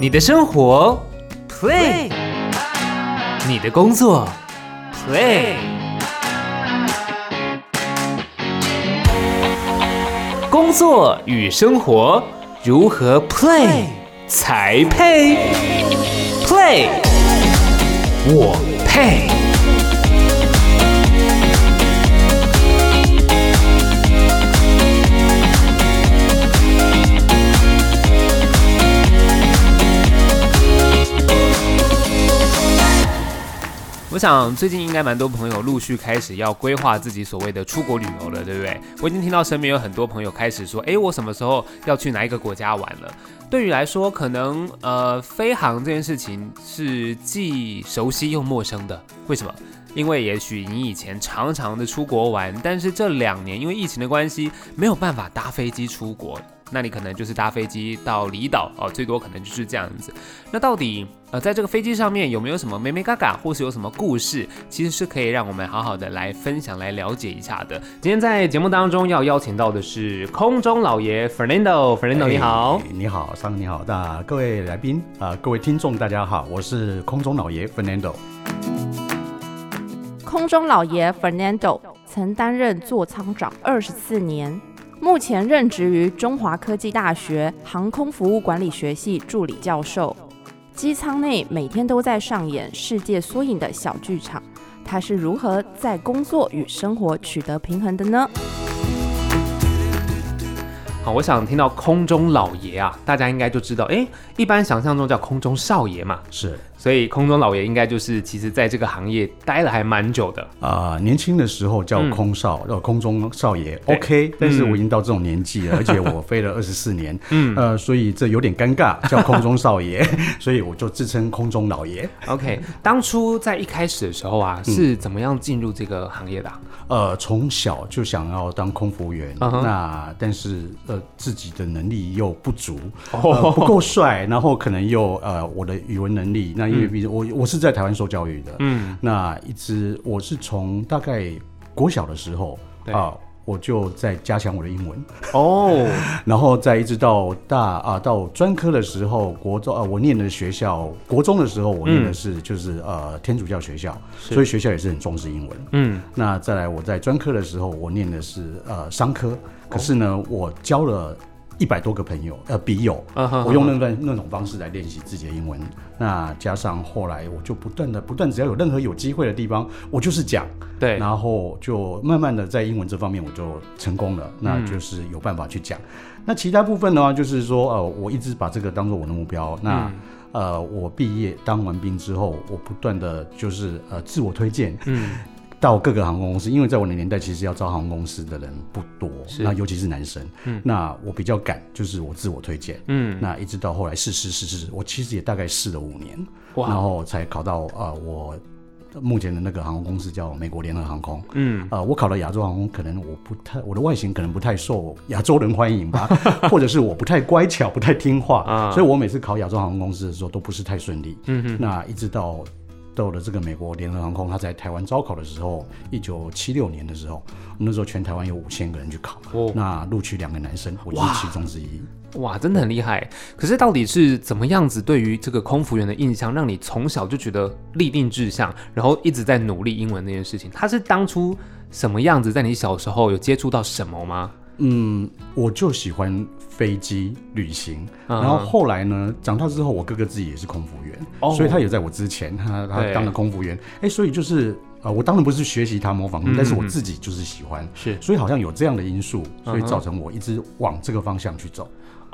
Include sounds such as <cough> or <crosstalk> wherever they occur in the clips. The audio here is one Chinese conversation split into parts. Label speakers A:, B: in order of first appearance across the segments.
A: 你的生活，play；你的工作，play。工作与生活如何 play 才配？play，我配。我想最近应该蛮多朋友陆续开始要规划自己所谓的出国旅游了，对不对？我已经听到身边有很多朋友开始说，诶，我什么时候要去哪一个国家玩了？对于来说，可能呃，飞航这件事情是既熟悉又陌生的。为什么？因为也许你以前常常的出国玩，但是这两年因为疫情的关系，没有办法搭飞机出国，那你可能就是搭飞机到离岛哦，最多可能就是这样子。那到底呃，在这个飞机上面有没有什么美美嘎嘎，或是有什么故事，其实是可以让我们好好的来分享、来了解一下的。今天在节目当中要邀请到的是空中老爷 Fernando，Fernando 你好
B: 哎，你好，桑你好，那各位来宾啊、各位听众大家好，我是空中老爷 Fernando。
C: 空中老爷 Fernando 曾担任座舱长二十四年，目前任职于中华科技大学航空服务管理学系助理教授。机舱内每天都在上演世界缩影的小剧场，他是如何在工作与生活取得平衡的呢？
A: 好，我想听到空中老爷啊，大家应该就知道，诶，一般想象中叫空中少爷嘛，
B: 是
A: 所以空中老爷应该就是其实在这个行业待了还蛮久的。
B: 啊、年轻的时候叫空少，叫、空中少爷
A: 嗯对嗯
B: ，OK。但是我已经到这种年纪了，而且我飞了二十四年，嗯，呃，所以这有点尴尬，叫空中
A: <laughs>
B: 少爷，所以我就自称空中老爷。
A: OK，当
B: 嗯
A: 初在一开始的时候啊，是怎么样进入这个行业的啊、
B: 呃，从小就想要当空服员
A: 嗯哼
B: 那但是呃自己的能力又不足，呃、不够帅， <laughs> 然后可能又呃我的语文能力，那因为毕竟我我是在台湾受教育的，嗯，那一直我是从大概国小的时候
A: 对
B: 啊。我就在加强我的英文，
A: 哦，
B: 然后再一直到大啊到专科的时候，国中啊我念的学校，国中的时候我念的是、就是呃天主教学校，所以学嗯校也是很重视英文。
A: 嗯，
B: 那再来，我在专科的时候，我念的是呃商科，可是呢，我交了一百多个朋友呃笔友，
A: 嗯哼
B: 我用那段那种方式来练习自己的英文。那加上后来，我就不断的不断，只要有任何有机会的地方，我就是讲，
A: 对，
B: 然后就慢慢的在英文这方面我就成功了，那就是有办法去讲。那其他部分的话，就是说呃，我一直把这个当做我的目标。那、呃，我毕业当完兵之后，我不断的就是呃自我推荐，
A: 嗯，
B: 到各个航空公司，因为在我的年代，其实要招航空公司的人不多，
A: 是
B: 那尤其是男生。
A: 嗯
B: 那我比较敢，就是我自我推荐。
A: 嗯，
B: 那一直到后来试试试试，我其实也大概试了五年，然
A: 哇，
B: 后才考到呃我目前的那个航空公司叫美国联合航空。
A: 嗯，
B: 呃，我考了亚洲航空，可能我不太我的外形可能不太受亚洲人欢迎吧，
A: <laughs>
B: 或者是我不太乖巧、不太听话，
A: 啊
B: 所以我每次考亚洲航空公司的时候都不是太顺利。
A: 嗯哼，
B: 那一直到到了这个美国联合航空，他在台湾招考的时候，一九七六年的时候，那时候全台湾有五千个人去考，
A: 哦
B: 那录取两个男生，我就是其中之一。
A: 哇，真的很厉害。可是到底是怎么样子，对于这个空服员的印象，让你从小就觉得立定志向，然后一直在努力英文那件事情，他是当初什么样子，在你小时候有接触到什么吗？
B: 嗯，我就喜欢飞机旅行，
A: 嗯
B: 然后后来呢，长大之后，我哥哥自己也是空服员，
A: 哦
B: 所以他也在我之前，他他
A: 对
B: 当了空服员，哎、所以就是啊、呃我当然不是学习他模仿他，
A: 嗯
B: 但是我
A: 嗯嗯
B: 自己就是喜欢，
A: 是
B: 所以好像有这样的因素，所以
A: 嗯哼
B: 造成我一直往这个方向去走。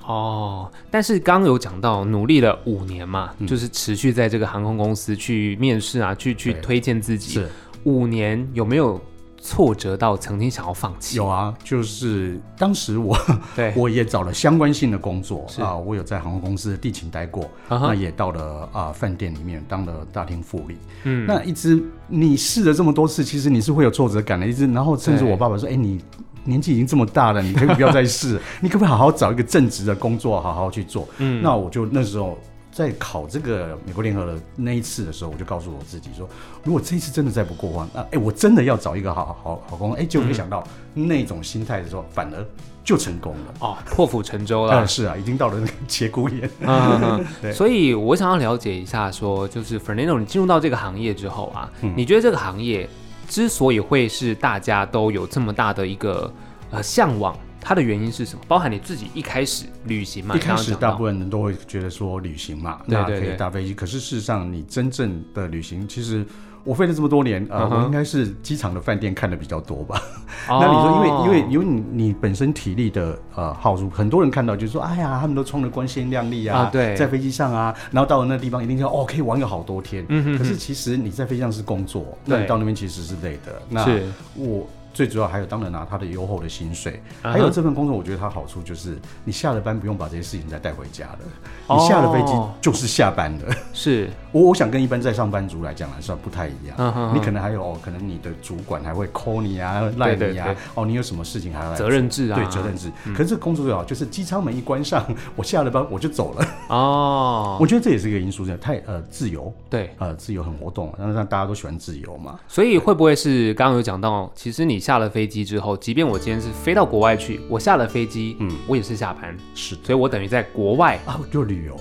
A: 哦，但是刚刚有讲到努力了五年嘛，
B: 嗯
A: 就是持续在这个航空公司去面试啊，去去
B: 对
A: 推荐自己。
B: 是
A: 五年有没有挫折到曾经想要放弃？
B: 有啊，就是当
A: <laughs>
B: 时我
A: 对，
B: 我也找了相关性的工作
A: 是
B: 啊、我有在航空公司的地勤待过，
A: 啊哈
B: 那也到了啊饭、店里面当了大厅副理。
A: 嗯
B: 那一直你试了这么多次，其实你是会有挫折感的。一直，然后甚至
A: 对
B: 我爸爸说：“哎、你年纪已经这么大了，你可以不要再试了，你可不可以好好找一个正职的工作，好好去做？”嗯，那我就那时候。在考这个美国联合的那一次的时候，我就告诉我自己说，如果这一次真的再不过关，那、哎、我真的要找一个好好好工作。哎、结果没想到、那种心态的时候，反而就成功了。
A: 哦，破釜沉舟
B: 当
A: 了
B: 然。是啊，已经到了那个节骨眼。
A: <laughs> 嗯嗯嗯
B: <laughs> 对
A: 所以我想要了解一下说就是 Fernando，你进入到这个行业之后啊，
B: 嗯
A: 你觉得这个行业之所以会是大家都有这么大的一个呃向往，它的原因是什么？包含你自己一开始旅行嘛，
B: 一
A: 你刚
B: 开
A: 刚
B: 始
A: 讲
B: 大
A: 到
B: 部分人都会觉得说旅行嘛，
A: 对
B: 那
A: 对
B: 可以
A: 对
B: 搭飞机。可是事实上，你真正的旅行，其实我飞了这么多年，呃，
A: 嗯哼
B: 我应该是机场的饭店看的比较多吧。
A: 哦
B: 那你说因，为因为因为你你本身体力的呃耗损，很多人看到就说，哎呀，他们都冲得光鲜亮丽啊，
A: 啊对
B: 在飞机上啊，然后到了那地方一定要哦，可以玩个好多天。
A: 嗯哼
B: 可是其实你在飞机上是工作，
A: 对
B: 那你到那边其实是累的。那
A: 是
B: 我最主要还有当然拿他的优厚的薪水，
A: 嗯哼
B: 还有这份工作，我觉得它好处就是你下了班不用把这些事情再带回家了，
A: 哦
B: 你下了飞机就是下班了。
A: 是
B: 我我想跟一般在上班族来讲来算不太一样，
A: 嗯哼哼
B: 你可能还有哦，可能你的主管还会 call 你啊、赖
A: 对
B: 你啊
A: 对，
B: 哦，你有什么事情还要来
A: 责任制啊
B: 对责任制。可是这个工作最好就是机舱门一关上，我下了班我就走了。
A: 哦，
B: 我觉得这也是一个因素，太呃自由，
A: 对，
B: 呃自由很活动，让让大家都喜欢自由嘛。
A: 所以会不会是刚刚有讲到，其实你下了飞机之后，即便我今天是飞到国外去，我下了飞机，嗯
B: 嗯，
A: 我也是下班，
B: 是
A: 所以我等于在国外
B: 啊，就旅游，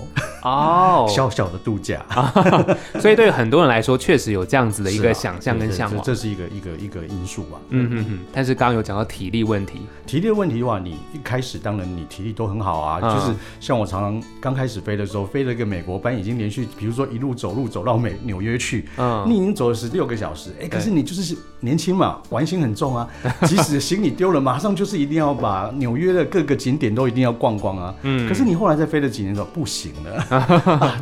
A: 哦，
B: 小小的度假。 <laughs>
A: 所以对很多人来说，确实有这样子的一
B: 是
A: 个
B: 啊
A: 想象跟
B: 对对
A: 向往。
B: 这这是一个一个一个因素吧。
A: 嗯嗯嗯，但是刚刚有讲到体力问题，
B: 体力的问题的话，你一开始当然你体力都很好啊，
A: 嗯
B: 就是像我常常刚开始飞的时候，飞了一个美国班，已经连续，比如说一路走路走到美纽约去，
A: 嗯
B: 你已经走了十六个小时，哎、可
A: 对
B: 是你就是年轻嘛，玩心
A: <laughs>
B: 很重啊，即使行李丢了，马上就是一定要把纽约的各个景点都一定要逛逛啊。
A: 嗯
B: 可是你后来再飞了几年之后，不行了，啊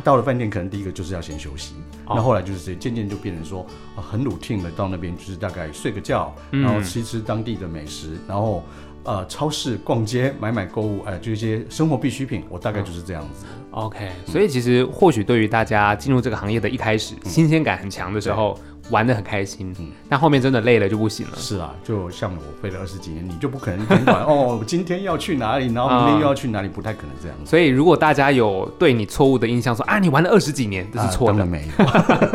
A: <laughs>
B: 到了饭店可能第一个就是要先休息，
A: 哦
B: 那后来就是渐渐就变成说、啊很 routine 的到那边就是大概睡个觉，
A: 嗯
B: 然后吃一吃当地的美食，然后。呃，超市逛街买买购物，哎、就一些生活必需品，我大概就是这样子。
A: OK，所以其实或许对于大家进入这个行业的一开始，新鲜感很强的时候，
B: 嗯
A: 玩的很开心，但后面真的累了就不行了。
B: 是啊，就像我飞了二十几年，你就不可能很管
A: <laughs>
B: 哦，我今天要去哪里，然后明天又要去哪里，不太可能这样子。
A: 所以如果大家有对你错误的印象说啊，你玩了二十几年，这是
B: 啊
A: 错
B: 当
A: 的，
B: 然没有，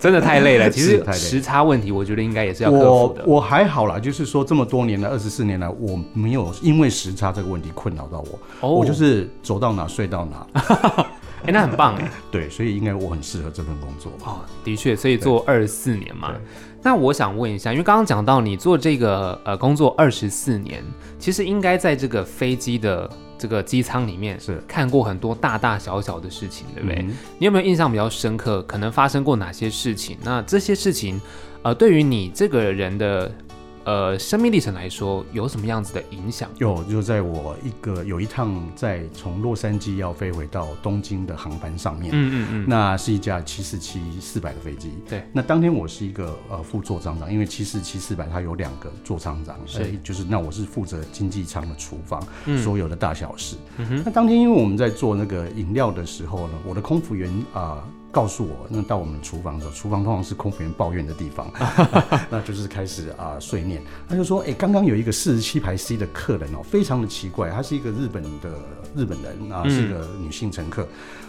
A: 真的太累了。其
B: <laughs> 是
A: 实
B: 太累
A: 时差问题，我觉得应该也是要克服
B: 我
A: 的。
B: 我还好啦，就是说这么多年来，二十四年来，我没有因为时差这个问题困扰到我，
A: 哦
B: 我就是走到哪睡到哪，
A: 哎、那很棒哎。
B: 对，所以应该我很适合这份工作。
A: 哦，的确，所以做二十四年嘛。那我想问一下，因为刚刚讲到你做这个呃工作二十四年，其实应该在这个飞机的这个机舱里面
B: 是
A: 看过很多大大小小的事情，对不对？
B: 嗯哼
A: 你有没有印象比较深刻？可能发生过哪些事情？那这些事情，呃，对于你这个人的呃生命历程来说，有什么样子的影响？
B: 有，就在我一个有一趟在从洛杉矶要飞回到东京的航班上面，
A: 嗯嗯嗯，
B: 那是一架七四七四百的飞机。
A: 对，
B: 那当天我是一个呃副座舱长，因为七四七四百它有两个座舱长，
A: 是
B: 呃就是那我是负责经济舱的厨房、
A: 嗯
B: 所有的大小事。那当天因为我们在做那个饮料的时候呢，我的空服员啊。呃告诉我，那到我们厨房的时候，厨房通常是空服员抱怨的地
A: <laughs>
B: 方，那就是开始啊、碎念。他就说，哎、刚刚有一个四十七排 C 的客人哦，非常的奇怪，他是一个日本的日本人
A: 嗯
B: 啊，是一个女性乘客。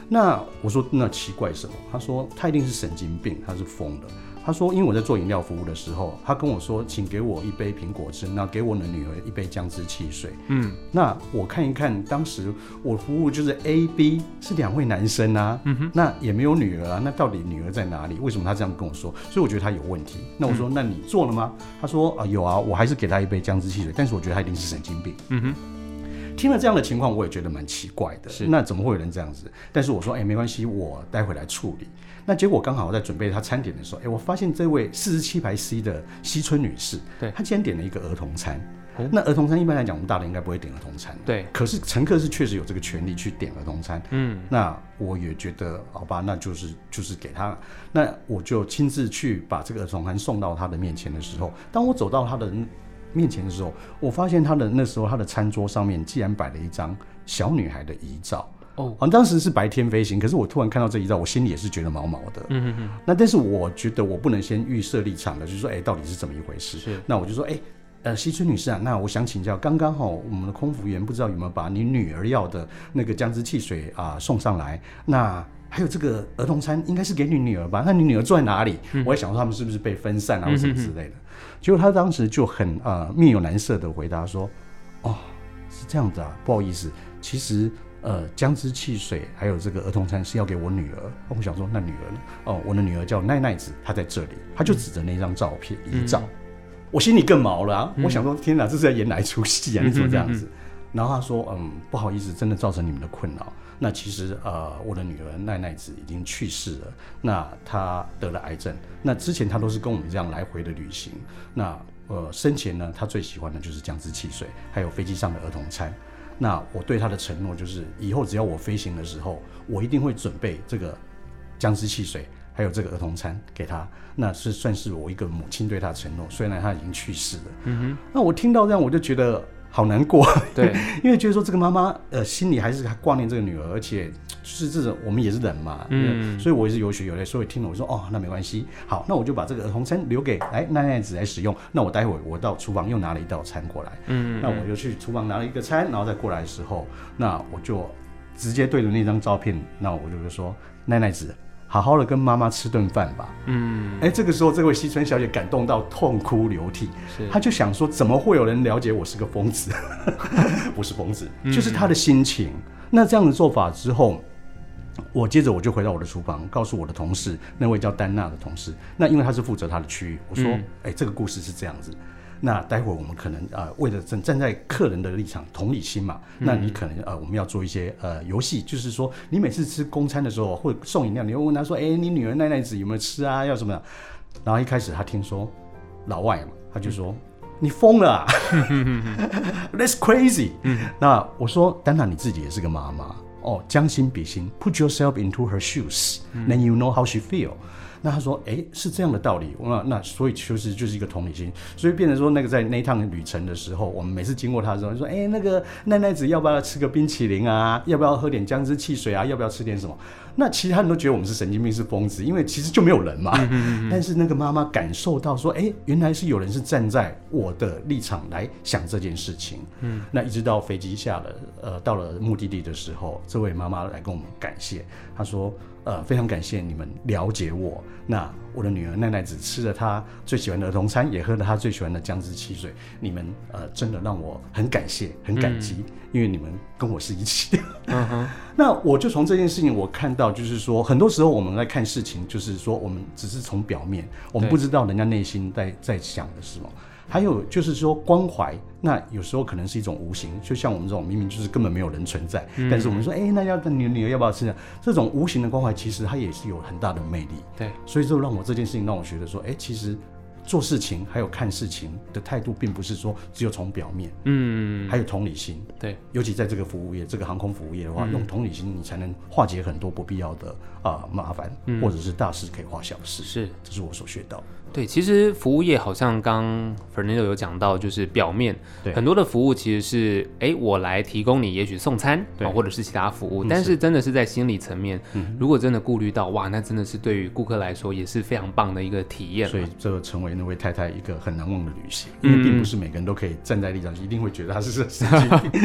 B: 那我说那奇怪什么？他说他一定是神经病，他是疯了。他说，因为我在做饮料服务的时候，他跟我说，请给我一杯苹果汁，那给我的女儿一杯姜汁汽水。
A: 嗯，
B: 那我看一看，当时我服务就是 A、B 是两位男生啊，嗯哼，那也没有女儿啊，那到底女儿在哪里？为什么他这样跟我说？所以我觉得他有问题。那我
A: 嗯
B: 说，那你做了吗？他说啊、有啊，我还是给他一杯姜汁汽水，但是我觉得他一定是神经病。
A: 嗯哼。
B: 听了这样的情况，我也觉得蛮奇怪的。
A: 是
B: 那怎么会有人这样子？但是我说，哎、没关系，我待会来处理。那结果刚好我在准备他餐点的时候，哎、我发现这位四十七排 C 的西村女士，
A: 对
B: 她竟然点了一个儿童餐。
A: 哦
B: 那儿童餐一般来讲，我们大人应该不会点儿童餐。
A: 对，
B: 可是乘客是确实有这个权利去点儿童餐。
A: 嗯，
B: 那我也觉得好吧，那就是就是给他，那我就亲自去把这个儿童餐送到他的面前的时候，当我走到他的面前的时候，我发现他的那时候他的餐桌上面竟然摆了一张小女孩的遗照。
A: 哦，
B: 啊，当时是白天飞行，可是我突然看到这遗照，我心里也是觉得毛毛的。
A: 嗯哼哼，
B: 那但是我觉得我不能先预设立场的，就是说，哎、到底是怎么一回事？
A: 是
B: 那我就说，哎、呃，西村女士啊，那我想请教，刚刚好我们的空服员不知道有没有把你女儿要的那个姜汁汽水啊、送上来？那还有这个儿童餐应该是给你女儿吧？那你女儿住在哪里？我也想说他们是不是被分散啊，或什么之类的。结果他当时就很呃面有难色的回答说：“哦，是这样子啊，不好意思，其实呃姜汁汽水还有这个儿童餐是要给我女儿。”哦我想说那女儿呢？哦，我的女儿叫奈奈子，她在这里，她就指着那张照片遗照。我心里更毛了、啊，我想说天哪，这是在演哪一出戏啊？你怎么这样子？然后他说，嗯，不好意思，真的造成你们的困扰。那其实呃，我的女儿奈奈子已经去世了，那她得了癌症。那之前她都是跟我们这样来回的旅行。那呃，生前呢，她最喜欢的就是姜汁汽水，还有飞机上的儿童餐。那我对她的承诺就是，以后只要我飞行的时候，我一定会准备这个姜汁汽水，还有这个儿童餐给她。那是算是我一个母亲对她的承诺，虽然她已经去世了。嗯哼。那我听到这样，我就觉得好难过。
A: 对，
B: 因为觉得说这个妈妈呃心里还是挂念这个女儿，而且就是这种我们也是人嘛，
A: 嗯
B: 嗯，所以我也是有血有泪，所以听了我说哦，那没关系，好，那我就把这个儿童餐留给哎奈奈子来使用，那我待会儿我到厨房又拿了一道餐过来，
A: 嗯，
B: 那我就去厨房拿了一个餐，然后再过来的时候，那我就直接对着那张照片，那我就说奈奈子。好好的跟妈妈吃顿饭吧。
A: 嗯，
B: 哎、这个时候，这位西村小姐感动到痛哭流涕，
A: 是
B: 他就想说，怎么会有人了解我是个疯子？不是疯子，就是他的心情。那这样的做法之后，我接着我就回到我的厨房，告诉我的同事，那位叫丹娜的同事，那因为他是负责他的区域，我说，哎、这个故事是这样子。那待会儿我们可能呃，为了站站在客人的立场，同理心嘛，那你可能呃，我们要做一些呃游戏，就是说你每次吃公餐的时候，或者送饮料，你会问他说，哎、你女儿奈奈子有没有吃啊？要什么的？然后一开始他听说老外嘛，他就说。你疯了、啊、，That's crazy。那我说，丹娜你自己也是个妈妈哦，将心比心，Put yourself into her shoes，then you know how she feel。那他说，诶，是这样的道理。那那所以就是就是一个同理心，所以变成说那个在那一趟旅程的时候，我们每次经过他的时候，就说，诶，那个奈奈子要不要吃个冰淇淋啊？要不要喝点姜汁汽水啊？要不要吃点什么？那其他人都觉得我们是神经病，是疯子，因为其实就没有人嘛。但是那个妈妈感受到说，哎、原来是有人是站在我的立场来想这件事情。嗯，那一直到飞机下了，呃，到了目的地的时候，这位妈妈来跟我们感谢，她说，呃，非常感谢你们了解我。那我的女儿奈奈子吃了她最喜欢的儿童餐，也喝了她最喜欢的姜汁汽水。你们呃，真的让我很感谢，很感激，因为你们跟我是一起的。
A: 嗯哼，
B: 那我就从这件事情，我看到就是说，很多时候我们在看事情，就是说我们只是从表面，我们
A: 对
B: 不知道人家内心在在想的是什么。还有就是说关怀，那有时候可能是一种无形，就像我们这种明明就是根本没有人存在，
A: 嗯
B: 但是我们说，哎、那要你女儿要不要吃啊？这种无形的关怀，其实它也是有很大的魅力。
A: 对，
B: 所以就让我这件事情让我觉得说，哎、其实做事情还有看事情的态度，并不是说只有从表面，
A: 嗯，
B: 还有同理心。
A: 对，嗯
B: 尤其在这个服务业，这个航空服务业的话，用同理心，你才能化解很多不必要的啊、麻烦，
A: 嗯
B: 或者是大事可以化小事。
A: 是。
B: 这是我所学到的。
A: 对，其实服务业好像刚 Fernando 有讲到，就是表面
B: 对
A: 很多的服务其实是，哎，我来提供你，也许送餐
B: 对嗯
A: 啊，或者是其他服务，但是真的是在心理层面，如果真的顾虑到，哇，那真的是对于顾客来说也是非常棒的一个体验。
B: 所以这成为那位太太一个很难忘的旅行，
A: 嗯
B: 因为并不是每个人都可以站在立场，一定会觉得他是
A: <laughs>
B: 个神经病。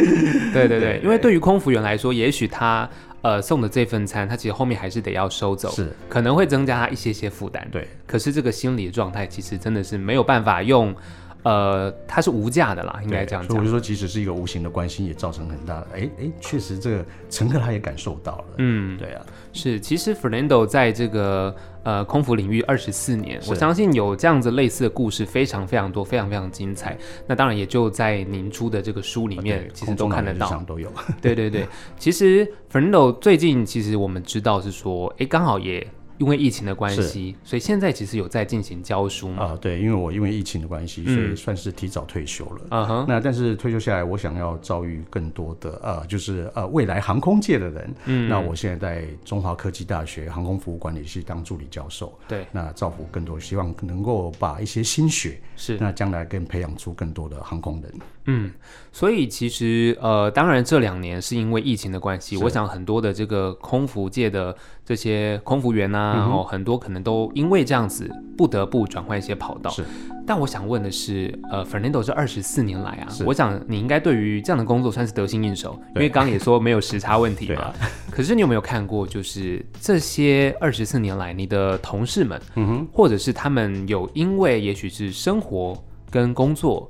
A: 对对对
B: 对，
A: 因为对于空服员来说，也许他呃送的这份餐，他其实后面还是得要收走，
B: 是
A: 可能会增加他一些些负担。
B: 对，
A: 可是这个心理状态其实真的是没有办法用，呃，它是无价的啦，应该这样
B: 所以
A: 讲
B: 我就。说，即使是一个无形的关心，也造成很大的。哎哎，确实这个乘客他也感受到了。
A: 嗯，
B: 对啊，
A: 是，其实 Fernando 在这个呃空服领域二十四年，我
B: 是
A: 相信有这样子类似的故事非常非常多，非常非常精彩。那当然也就在您出的这个书里面，
B: 啊对
A: 其实都看得
B: 空中老
A: 到。
B: 人日常都有。
A: 对对
B: <laughs>
A: 对，其实 Fernando 最近其实我们知道是说，哎，刚好也因为疫情的关系，所以现在其实有在进行教书嘛。
B: 啊，对，因为我因为疫情的关系，所以
A: 嗯
B: 算是提早退休了。
A: 嗯哼，
B: 啊那但是退休下来，我想要遭遇更多的呃，就是呃未来航空界的人。
A: 嗯
B: 那我现在在中华科技大学航空服务管理系当助理教授，
A: 对，
B: 那造福更多，希望能够把一些心血，
A: 是
B: 那将来更培养出更多的航空人。
A: 嗯，所以其实呃，当然这两年是因为疫情的关系，
B: 是
A: 我想很多的这个空服界的这些空服员
B: 嗯
A: 啊，然后很多可能都因为这样子不得不转换一些跑道。
B: 是，
A: 但我想问的是，呃，Fernando 这二十四年来啊，
B: 是
A: 我想你应该对于这样的工作算是得心应手，因
B: 对
A: 为刚刚也说没有时差问题
B: <laughs> 对
A: 嘛
B: 啊。
A: 可是你有没有看过，就是这些二十四年来，你的同事们，
B: 嗯
A: 或者是他们有因为也许是生活跟工作，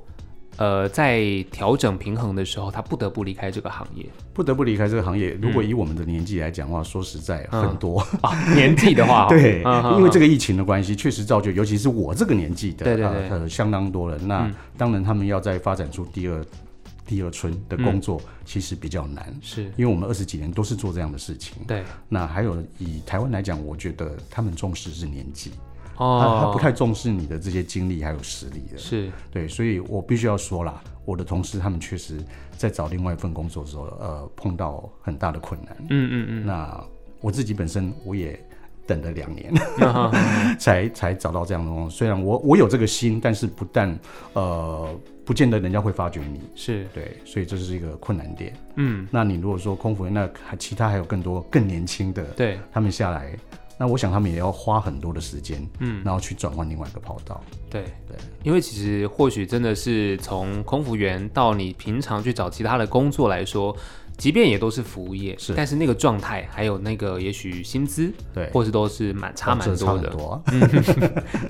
A: 呃，在调整平衡的时候，他不得不离开这个行业
B: 不得不离开这个行业。如果以我们的年纪来讲的话，说实在
A: 嗯
B: 很多，
A: 啊。年纪的话、哦，
B: <laughs> 对，因为
A: 个，
B: 这个疫情的关系，确实造就，尤其是我这个年纪的，
A: 对对嗯对
B: 呃呃，相当多人。那当然，他们要再发展出第二第二春的工
A: 嗯
B: 作，其实比较难，
A: 是
B: 因为我们二十几年都是做这样的事情。
A: 对
B: 那还有以台湾来讲，我觉得他们重视是年纪，他
A: 哦
B: 他，不太重视你的这些经历还有实力的。
A: 是
B: 对，所以我必须要说啦，我的同事他们确实在找另外一份工作的时候，呃，碰到很大的困难。
A: 嗯嗯
B: 那我自己本身我也等了两年，
A: 嗯 <laughs> 啊哈哈，
B: <laughs> 才才找到这样的工作。虽然我我有这个心，但是不但呃，不见得人家会发觉你。
A: 是
B: 对，所以这是一个困难点。
A: 嗯
B: 那你如果说空服员，那还其他还有更多更年轻的，
A: 对
B: 他们下来，那我想他们也要花很多的时间，
A: 嗯
B: 然后去转换另外一个跑道。
A: 对
B: 对，
A: 因为其实或许真的是从空服员到你平常去找其他的工作来说，即便也都是服务业，
B: 是
A: 但是那个状态还有那个也许薪资，
B: 对，哦
A: 或是都是蛮差蛮
B: 这差
A: 多
B: 很
A: 的。
B: 多啊。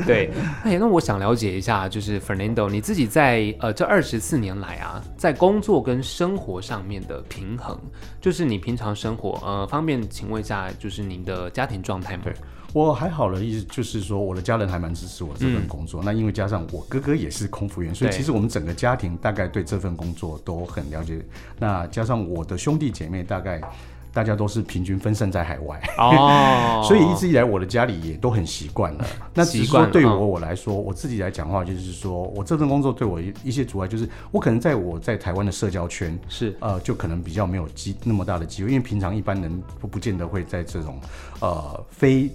A: 对， <laughs> 哎，那我想了解一下，就是 Fernando 你自己在呃这二十四年来啊，在工作跟生活上面的平衡，就是你平常生活，呃，方便请问一下，就是您的家庭状态吗？ <laughs>
B: 对我还好了，意思就是说，我的家人还蛮支持我这份工作。那因为加上我哥哥也是空服员，所以
A: 嗯对
B: 其实我们整个家庭大概对这份工作都很了解。那加上我的兄弟姐妹，大概大家都是平均分散在海外，
A: <laughs> 哦
B: 所以一直以来我的家里也都很习惯了。那只是
A: 习惯
B: 说
A: 了
B: 对我
A: 嗯
B: 我来说，我自己来讲话，就是说我这份工作对我一一些阻碍，就是我可能在我在台湾的社交圈，
A: 是
B: 呃，就可能比较没有机那么大的机会，因为平常一般人不不见得会在这种呃非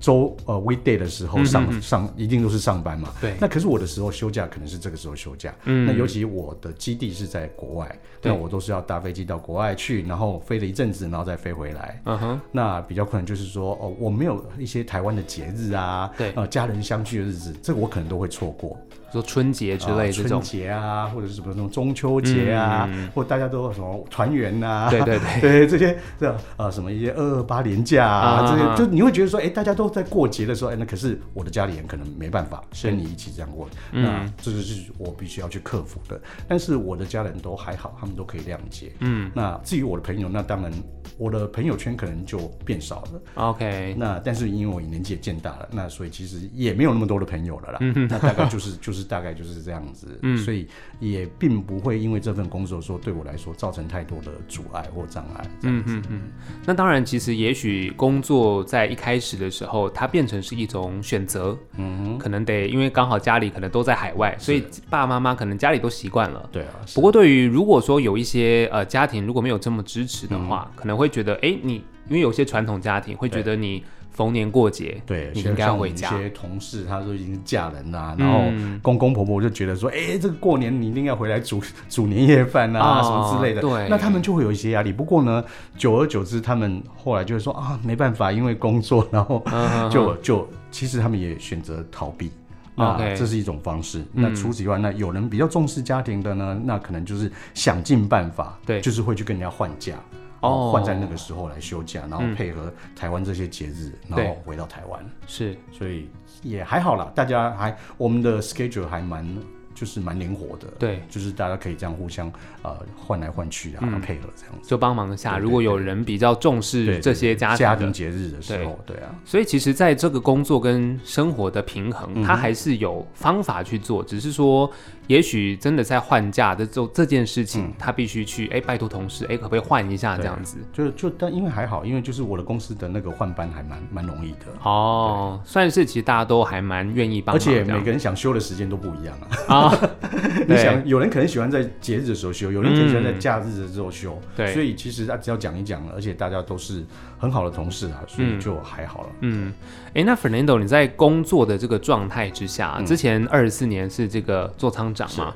B: 周呃 weekday 的时候上、上，一定都是上班嘛。
A: 嗯对
B: 那可是我的时候休假，可能是这个时候休假。
A: 嗯
B: 那尤其我的基地是在国外，
A: 对
B: 那我都是要搭飞机到国外去，然后飞了一阵子，然后再飞回来。
A: 嗯哼，
B: 那比较困难就是说，哦，我没有一些台湾的节日啊，
A: 对
B: 呃，家人相聚的日子，这个我可能都会错过。
A: 说春节之
B: 啊
A: 类这
B: 春
A: 种，嗯
B: 节啊，或者是什么那种中秋节啊，或大家都有什么团圆呐，
A: 对对对
B: <laughs> 对这些这呃什么一些二二八连假
A: 啊
B: 啊，这
A: 啊
B: 些就你会觉得说，哎、大家都在过节的时候，哎、那可是我的家里人可能没办法跟你一起这样过，
A: 嗯
B: 那这就是我必须要去克服的。但是我的家人都还好，他们都可以谅解。
A: 嗯
B: 那至于我的朋友，那当然我的朋友圈可能就变少了。
A: ，OK，
B: 那但是因为我年纪也渐大了，那所以其实也没有那么多的朋友了啦。
A: 嗯
B: 那大概就是就是大概就是这样子，所以也并不会因为这份工作说对我来说造成太多的阻碍或障碍。这样子，
A: 嗯那当然，其实也许工作在一开始的时候，它变成是一种选择，嗯，可能得因为刚好家里可能都在海外，所以爸爸妈妈可能家里都习惯了。
B: 对啊，
A: 不过，对于如果说有一些呃家庭如果没有这么支持
B: 嗯
A: 的话，可能会觉得，哎，你因为有些传统家庭会觉得你逢年过节，
B: 对，
A: 你
B: 像
A: 应该
B: 像我
A: 回
B: 们
A: 家嗯
B: 一些同事他都已经嫁人啦、然后公公婆婆就觉得说，哎、这个过年你一定要回来煮煮年夜饭啊，
A: 哦
B: 什么之类的。
A: 对
B: 那他们就会有一些压力。不过呢，久而久之，他们后来就会说啊，没办法，因为工作，然后
A: 嗯
B: 就就其实他们也选择逃避。
A: OK 嗯
B: 那这是一种方式。那除此以外，那有人比较重视家庭的呢，那可能就是想尽办法，
A: 对
B: 就是会去跟人家换假，
A: 哦嗯
B: 换在那个时候来休假，然后配合台湾这些节日，然后回到台湾。
A: 是
B: 所以也还好啦，大家还我们的 schedule 还蛮就是蛮灵活的，
A: 对，嗯
B: 就是大家可以这样互相呃换来换去啊，配合这样子。
A: 就帮忙一下。
B: 对对
A: 如果有人比较重视
B: 对
A: 这些家庭
B: 家
A: 的
B: 庭节日的时候，对啊，
A: 所以其实，在这个工作跟生活的平
B: 嗯
A: 衡，它还是有方法去做，只是说，也许真的在换假的这这件事
B: 嗯
A: 情，他必须去哎、拜托同事哎、可不可以换一下这样子？
B: 就就但因为还好，因为就是我的公司的那个换班还蛮蛮容易的，
A: 哦，算是其实大家都还蛮愿意帮
B: 而
A: 忙这
B: 且
A: 样，
B: 每个人想休的时间都不一样
A: 啊，
B: 啊。<laughs> 你
A: 对嗯
B: 想，有人可能喜欢在节日的时候休，有人可能喜欢在假日的时候休，
A: 对
B: 所以其实啊，只要讲一讲，而且大家都是很好的同事啊，所以就还好了。
A: 嗯，哎、那 Fernando，你在工作的这个状态之下，之前二十四年是这个做仓长嘛？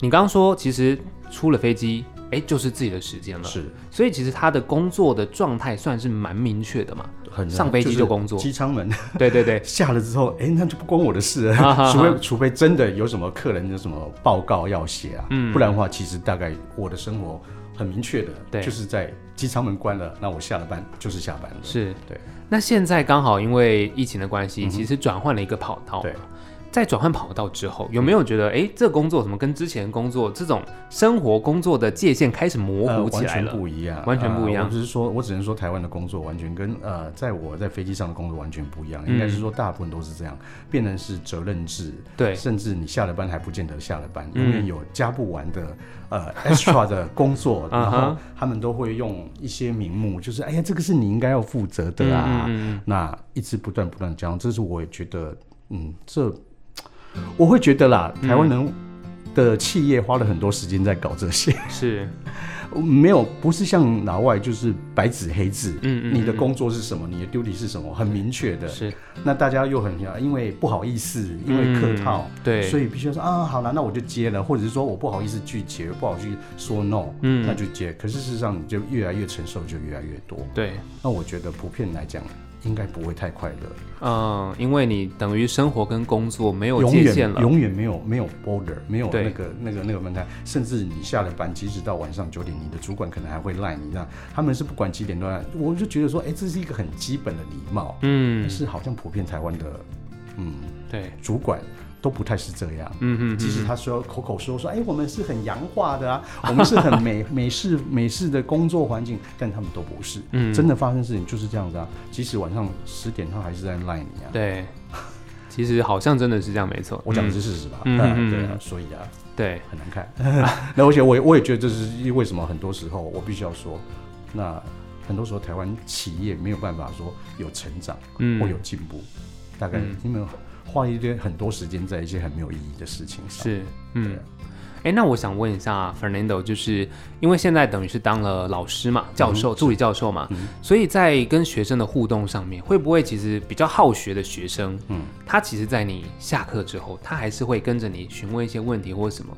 A: 你刚刚说，其实出了飞机，哎，就是自己的时间了。
B: 是
A: 所以其实他的工作的状态算是蛮明确的嘛。
B: 很
A: 上飞机
B: 是
A: 就工作
B: 机舱门 <laughs>
A: 对对对，
B: 下了之后，哎，那就不关我的事
A: 啊哈哈哈
B: 了，除非除非真的有什么客人有什么报告要写啊，
A: 嗯
B: 不然的话，其实大概我的生活很明确的，
A: 对
B: 就是在机舱门关了，那我下了班就是下班了，
A: 是
B: 对。嗯
A: 那现在刚好因为疫情的关系，其实转换了一个跑道。
B: 对。嗯
A: 在转换跑道之后，有没有觉得，哎、这工作怎么跟之前工作这种生活工作的界限开始模
B: 呃
A: 糊起
B: 完
A: 来
B: 全
A: 了？
B: 不一样，
A: 完全不一样
B: 呃我只是说，我只能说台湾的工作完全跟呃，在我在飞机上的工作完全不一样，应该是说大部分都是这样，变成是责任制，
A: 嗯对，
B: 甚至你下了班还不见得下了班，
A: 嗯
B: 永远有加不完的呃 extra 的工作，
A: <laughs> 啊
B: 然
A: 哈
B: 后他们都会用一些名目，就是哎呀，这个是你应该要负责的啊，
A: 嗯嗯
B: 那一直不断不断地这样，这是我也觉得，嗯，这我会觉得啦，
A: 嗯
B: 台湾人。的企业花了很多时间在搞这些，
A: 嗯是，
B: 没有不是像老外就是白纸黑字，
A: 嗯嗯，
B: 你的
A: 嗯
B: 工作是什么，你的 duty 是什么，很明确的。
A: 是
B: 那大家又很因为不好意思，因为客套，
A: 嗯对，
B: 所
A: 以
B: 以必须要说啊，好了，那我就接了，或者是说我不好意思拒绝，不好去说 no，、
A: 嗯
B: 那就接。可是事实上，你就越来越承受，就越来越多。
A: 对，
B: 那我觉得普遍来讲，应该不会太快乐，
A: 嗯，因为你等于生活跟工作没有
B: 永
A: 界限
B: 远
A: 了，
B: 永远没有没有 border，没有
A: 对
B: 那个那个那个门槛，甚至你下了班，即使到晚上九点，你的主管可能还会赖你，那他们是不管几点都赖。我就觉得说，哎、这是一个很基本的礼貌，
A: 嗯
B: 但，是好像普遍台湾的，嗯，
A: 对，
B: 主管都不太是这样。
A: 嗯嗯，
B: 即使他说口口说说，哎、我们是很洋化的啊，我们是很
A: <laughs>
B: 美美式美式的工作环境，但他们都不是。
A: 嗯
B: 真的发生事情就是这样子啊，即使晚上十点，他还是在赖你啊。
A: 对，其实好像真的是这样，没错，
B: 我讲的
A: 嗯
B: 是事实吧？
A: 嗯
B: 啊
A: 嗯
B: 对啊
A: 嗯，
B: 所以啊，
A: 对，
B: 很难看。 <laughs> 那而且我也我也觉得这是为什么很多时候我必须要说，那很多时候台湾企业没有办法说有成长
A: 嗯
B: 或有进步，大概
A: 嗯
B: 因为花了一堆很多时间在一些很没有意义的事情上。
A: 是，
B: 对
A: 嗯
B: 啊。
A: 哎，那我想问一下 Fernando，就是因为现在等于是当了老师嘛，教授、助理教授嘛，所以在跟学生的互动上面，会不会其实比较好学的学生，嗯，他其实，在你下课之后，他还是会跟着你询问一些问题或什么？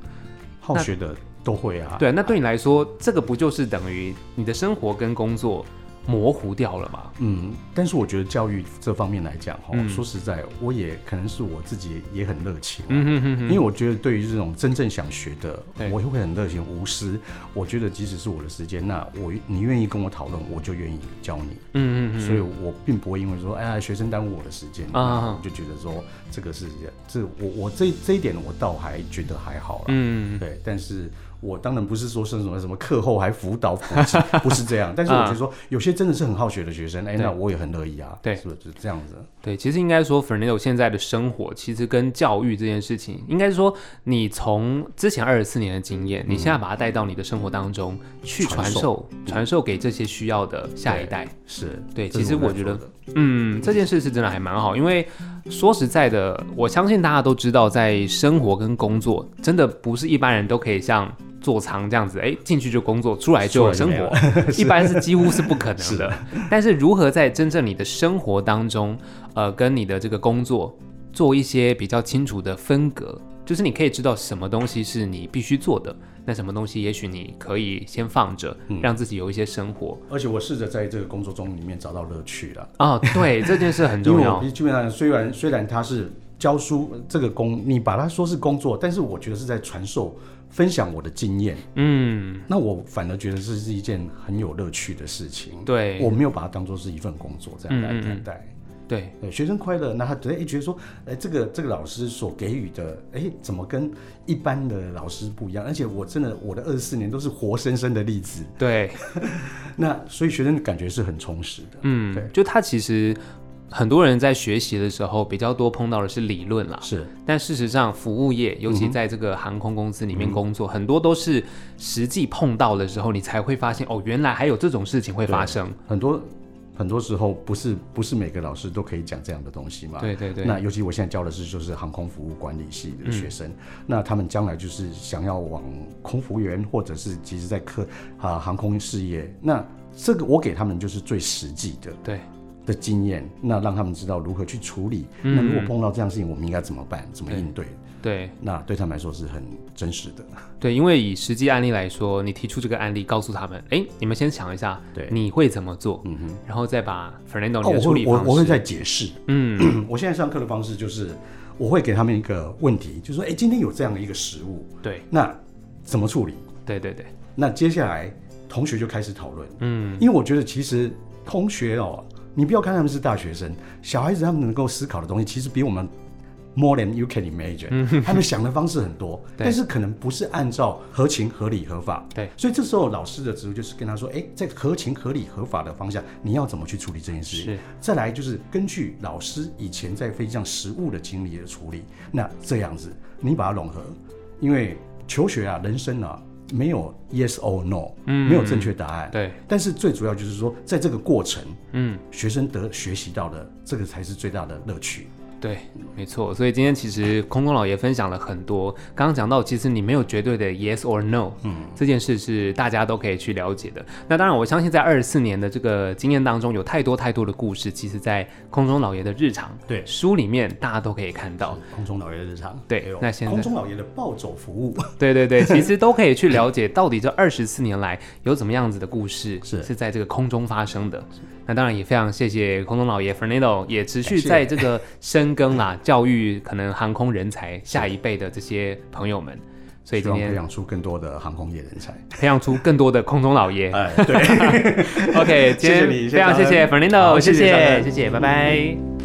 B: 好学的都会啊。
A: 对，那对你来说，这个不就是等于你的生活跟工作模糊掉了吗？
B: 嗯，但是我觉得教育这方面来讲，哈、
A: 嗯
B: 说实在，我也可能是我自己也很热情啊、
A: 嗯哼哼哼，
B: 因为我觉得对于这种真正想学的
A: 对，
B: 我也会很热情无私。我觉得即使是我的时间，那我你愿意跟我讨论，我就愿意教你。
A: 嗯嗯嗯，
B: 所以我并不会因为说，哎呀，学生耽误我的时间，
A: 啊
B: 啊，我就觉得说这个是这我我这这一点我倒还觉得还好啦。
A: 嗯
B: 对，但是我当然不是说是什么什么课后还辅导辅导，
A: <laughs>
B: 不是这样。但是我觉得说有些真的是很好学的学生，哎，
A: 啊对
B: 那我也很乐意啊，
A: 对
B: 是不是就是这样子？
A: 对，其实应该说，Fernando 现在的生活其实跟教育这件事情，应该是说你从之前二十四年的经验，你现在把它带到你的生活当中去传
B: 传
A: 授，传授给这些需要的下一代。
B: 是
A: 对
B: 这
A: 其实
B: 是
A: 我
B: 在
A: 觉得
B: 说的
A: 嗯，这件事是真的还蛮好，因为说实在的，我相信大家都知道，在生活跟工作，真的不是一般人都可以像座舱这样子，哎，进去就工作，出来
B: 出
A: 就
B: 来就
A: 生
B: 没
A: 活， <laughs> 一般是几乎是不可能的。但是如何在真正你的生活当中，呃，跟你的这个工作做一些比较清楚的分隔，就是你可以知道什么东西是你必须做的，那什么东西也许你可以先放着，
B: 嗯
A: 让自己有一些生活。
B: <laughs> 而且我试着在这个工作中里面找到乐趣了。
A: 哦，
B: <laughs>
A: 对，这件事很
B: 因
A: 重
B: 为
A: 要
B: 我。基本上虽然虽然它是教书这个工，你把它说是工作，但是我觉得是在传授、分享我的经验。
A: 嗯。
B: 那我反而觉得这是一件很有乐趣的事情。
A: 对
B: 我没有把它当做是一份工作这样来
A: 嗯嗯嗯
B: 看待。
A: 对，
B: 对学生快乐，那他觉得哎，觉得说，哎，这个这个老师所给予的，哎，怎么跟一般的老师不一样？而且我真的我的二十四年都是活生生的例子，
A: 对，
B: 那所以学生感觉是很充实的。对
A: 嗯，就他其实很多人在学习的时候比较多碰到的是理论啦，
B: 是，
A: 但事实上服务业，
B: 嗯
A: 尤其在这个航空公司里面工作，很多都是实际碰到的时候，你才会发现哦，原来还有这种事情会发生。
B: 很多很多时候不是不是每个老师都可以讲这样的东西嘛。
A: 对对对，
B: 那尤其我现在教的是就是航空服务管理系的学
A: 嗯
B: 生，那他们将来就是想要往空服员或者是其实在科啊、航空事业，那这个我给他们就是最实际的
A: 对，
B: 的经验，那让他们知道如何去处理。那如果碰到这样的事情，我们应该怎么办？怎么应对？
A: 嗯对
B: 那对他们来说是很真实的。
A: 对，因为以实际案例来说，你提出这个案例，告诉他们，哎，你们先想一下，
B: 对
A: 你会怎么做，
B: 嗯哼，
A: 然后再把 Fernando
B: 哦，
A: 你的处
B: 我
A: 理
B: 会我
A: 方式，
B: 我会再解释。
A: 嗯，
B: <clears throat> 我现在上课的方式就是，我会给他们一个问题，就是说，哎，今天有这样的一个食物，
A: 对
B: 那怎么处理？
A: 对对对，
B: 那接下来同学就开始讨论，
A: 嗯，
B: 因为我觉得其实同学哦，你不要看他们是大学生，小孩子他们能够思考的东西，其实比我们 more than you can imagine，他们想的方式很多，
A: 嗯 <laughs> 对
B: 但是可能不是按照合情合理合法。
A: 对，
B: 所以这时候老师的职务就是跟他说，哎，在合情合理合法的方向，你要怎么去处理这件事情？
A: 是
B: 再来就是根据老师以前在飞机上实物的经历的处理，那这样子你把它融合，因为求学啊，人生啊，没有 yes or no，、
A: 嗯
B: 没有正确答案。
A: 对，
B: 但是最主要就是说，在这个过程，
A: 嗯。
B: 学生得学习到的这个才是最大的乐趣。
A: 对，没错。所以今天其实空空老爷分享了很多，刚刚讲到，其实你没有绝对的 yes or no，嗯，这件事是大家都可以去了解的。那当然，我相信在二十四年的这个经验当中，有太多太多的故事，其实，在空中老爷的日常
B: 对
A: 书里面，大家都可以看到。
B: 空中老爷的日常，
A: 对
B: 还有
A: 那现在
B: 空中老爷的暴走服务，
A: 对对
B: <laughs>
A: 对，其实都可以去了解到底这二十四年来有怎么样子的故事
B: 是
A: 是在这个空中发生的。那当然也非常谢谢空中老爷 Fernando，也持续
B: 感谢
A: 在这个深耕啦，教育可能航空人才下一辈的这些朋友们。所以
B: 希
A: 今
B: 望培
A: 天
B: 养出更多的航空业人才。
A: <laughs> 培养出更多的空中老爷。
B: <laughs> 哎，对。
A: OK，今
B: 谢谢 <laughs>
A: 天
B: 你谢谢
A: 非常谢谢
B: 张恩好
A: Fernando，谢
B: 谢谢张
A: 谢
B: 恩
A: 谢谢，拜拜。